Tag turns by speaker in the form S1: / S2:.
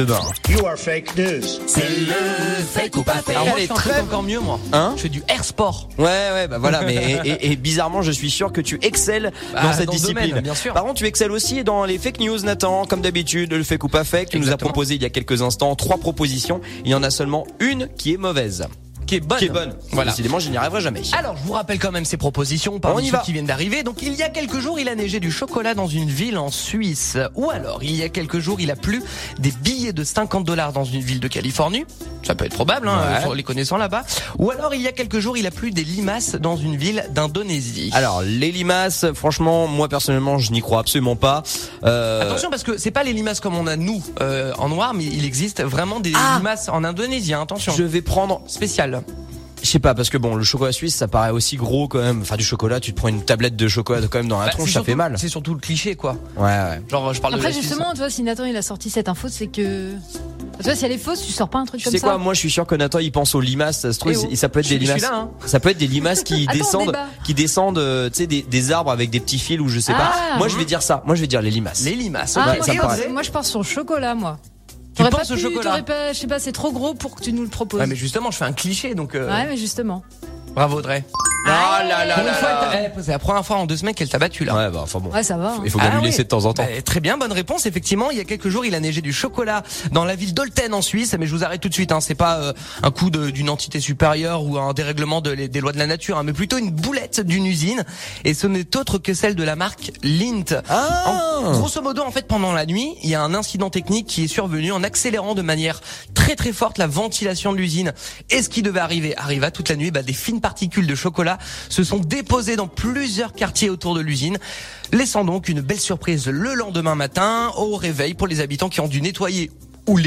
S1: Dedans.
S2: You are fake news.
S3: C'est le fake ou pas fake.
S4: Alors Ah,
S3: Elle
S4: moi, je
S3: est
S4: fais un truc
S3: très-
S4: encore mieux, moi.
S3: Hein
S4: je fais du air sport.
S3: Ouais, ouais, bah voilà, mais et, et- et bizarrement, je suis sûr que tu excelles
S4: Bah,
S3: dans cette
S4: dans le
S3: discipline.
S4: domaine, bien sûr.
S3: Par contre, tu excelles aussi dans les fake news, Nathan, comme d'habitude, le fake ou pas fake. Tu nous
S4: Exactement.
S3: as proposé il y a quelques instants trois propositions. Il y en a seulement une qui est mauvaise,
S4: Qui est bonne.
S3: qui est bonne.
S4: Voilà.
S3: Décidément, je n'y arriverai jamais.
S4: Alors, je vous rappelle quand même ces propositions parmi
S3: On y
S4: ceux
S3: va.
S4: qui viennent d'arriver. Donc, il y a quelques jours, il a neigé du chocolat dans une ville en Suisse. Ou alors, il y a quelques jours, il a plu des billets de 50 dollars dans une ville de Californie. Ça peut être probable, hein,
S3: Ouais.
S4: euh, sur les connaissants là-bas. Ou alors, il y a quelques jours, il a plu des limaces dans une ville d'Indonésie.
S3: Alors, les limaces, franchement, moi personnellement, je n'y crois absolument pas. Euh,
S4: Attention parce que c'est pas les limaces comme on a nous euh, en noir, mais il existe vraiment des
S3: Ah
S4: limaces en indonésien. Attention.
S3: je vais prendre
S4: Spécial.
S3: Je sais pas parce que bon le chocolat suisse ça paraît aussi gros quand même. Enfin du chocolat tu te prends une tablette de chocolat quand même dans la
S4: Bah,
S3: tronche
S4: c'est
S3: ça fait
S4: surtout-
S3: mal.
S4: C'est surtout le cliché quoi.
S3: Ouais ouais.
S4: Genre je parle de
S5: Après,
S4: la Suisse.
S5: justement, tu vois, si Nathan il a sorti cette info, c'est que. Tu vois, si elle est fausse, tu sors pas un truc
S3: Tu
S5: comme
S3: sais
S5: ça.
S3: quoi moi je suis sûr que Nathan il pense aux limaces ça se trouve
S4: Eh oh.
S3: il- ça peut être
S4: Je
S3: des
S4: suis- je suis
S3: limaces.
S4: là, hein.
S3: Ça peut être des limaces qui
S5: Attends, on
S3: descendent
S5: débat.
S3: qui descendent euh, tu sais des, des arbres avec des petits fils ou je sais pas.
S5: Ah.
S3: Moi je vais dire ça. Moi je vais dire les limaces.
S4: Les limaces.
S5: Ah,
S3: Ouais,
S5: moi,
S3: ça
S5: je
S3: me
S5: pense-
S3: paraît.
S5: moi, je pense sur le chocolat, moi.
S4: Tu
S5: T'aurais
S4: penses
S5: pas
S4: au
S5: pu-
S4: chocolat
S5: t'aurais pas, je sais pas, c'est trop gros pour que tu nous le proposes.
S4: Ouais, mais justement, je fais un cliché, donc euh,
S5: Ouais, mais justement.
S4: bravo Audrey.
S3: Ah là là
S4: Pour une
S3: là
S4: fois,
S3: là.
S4: elle t'a- eh, c'est la première fois en deux semaines qu'elle t'a battu là.
S3: Ouais bah enfin bon.
S5: Ouais, ça va. hein.
S3: Il faut bien
S4: Ah
S3: lui
S4: oui.
S3: laisser de temps en temps.
S4: Eh, très bien, bonne réponse. Effectivement, il y a quelques jours, il a neigé du chocolat dans la ville d'Olten en Suisse. Mais je vous arrête tout de suite. Hein. C'est pas euh, un coup de- d'une entité supérieure ou un dérèglement de les- des lois de la nature, hein, mais plutôt une boulette d'une usine. Et ce n'est autre que celle de la marque Lint.
S3: Ah.
S4: Bah, En- grosso modo, en fait, pendant la nuit, il y a un incident technique qui est survenu en accélérant de manière très très forte la ventilation de l'usine. Et ce qui devait arriver arriva toute la nuit. Bah, des fines particules de chocolat se sont déposées dans plusieurs quartiers autour de l'usine, laissant donc une belle surprise le lendemain matin au réveil pour les habitants qui ont dû nettoyer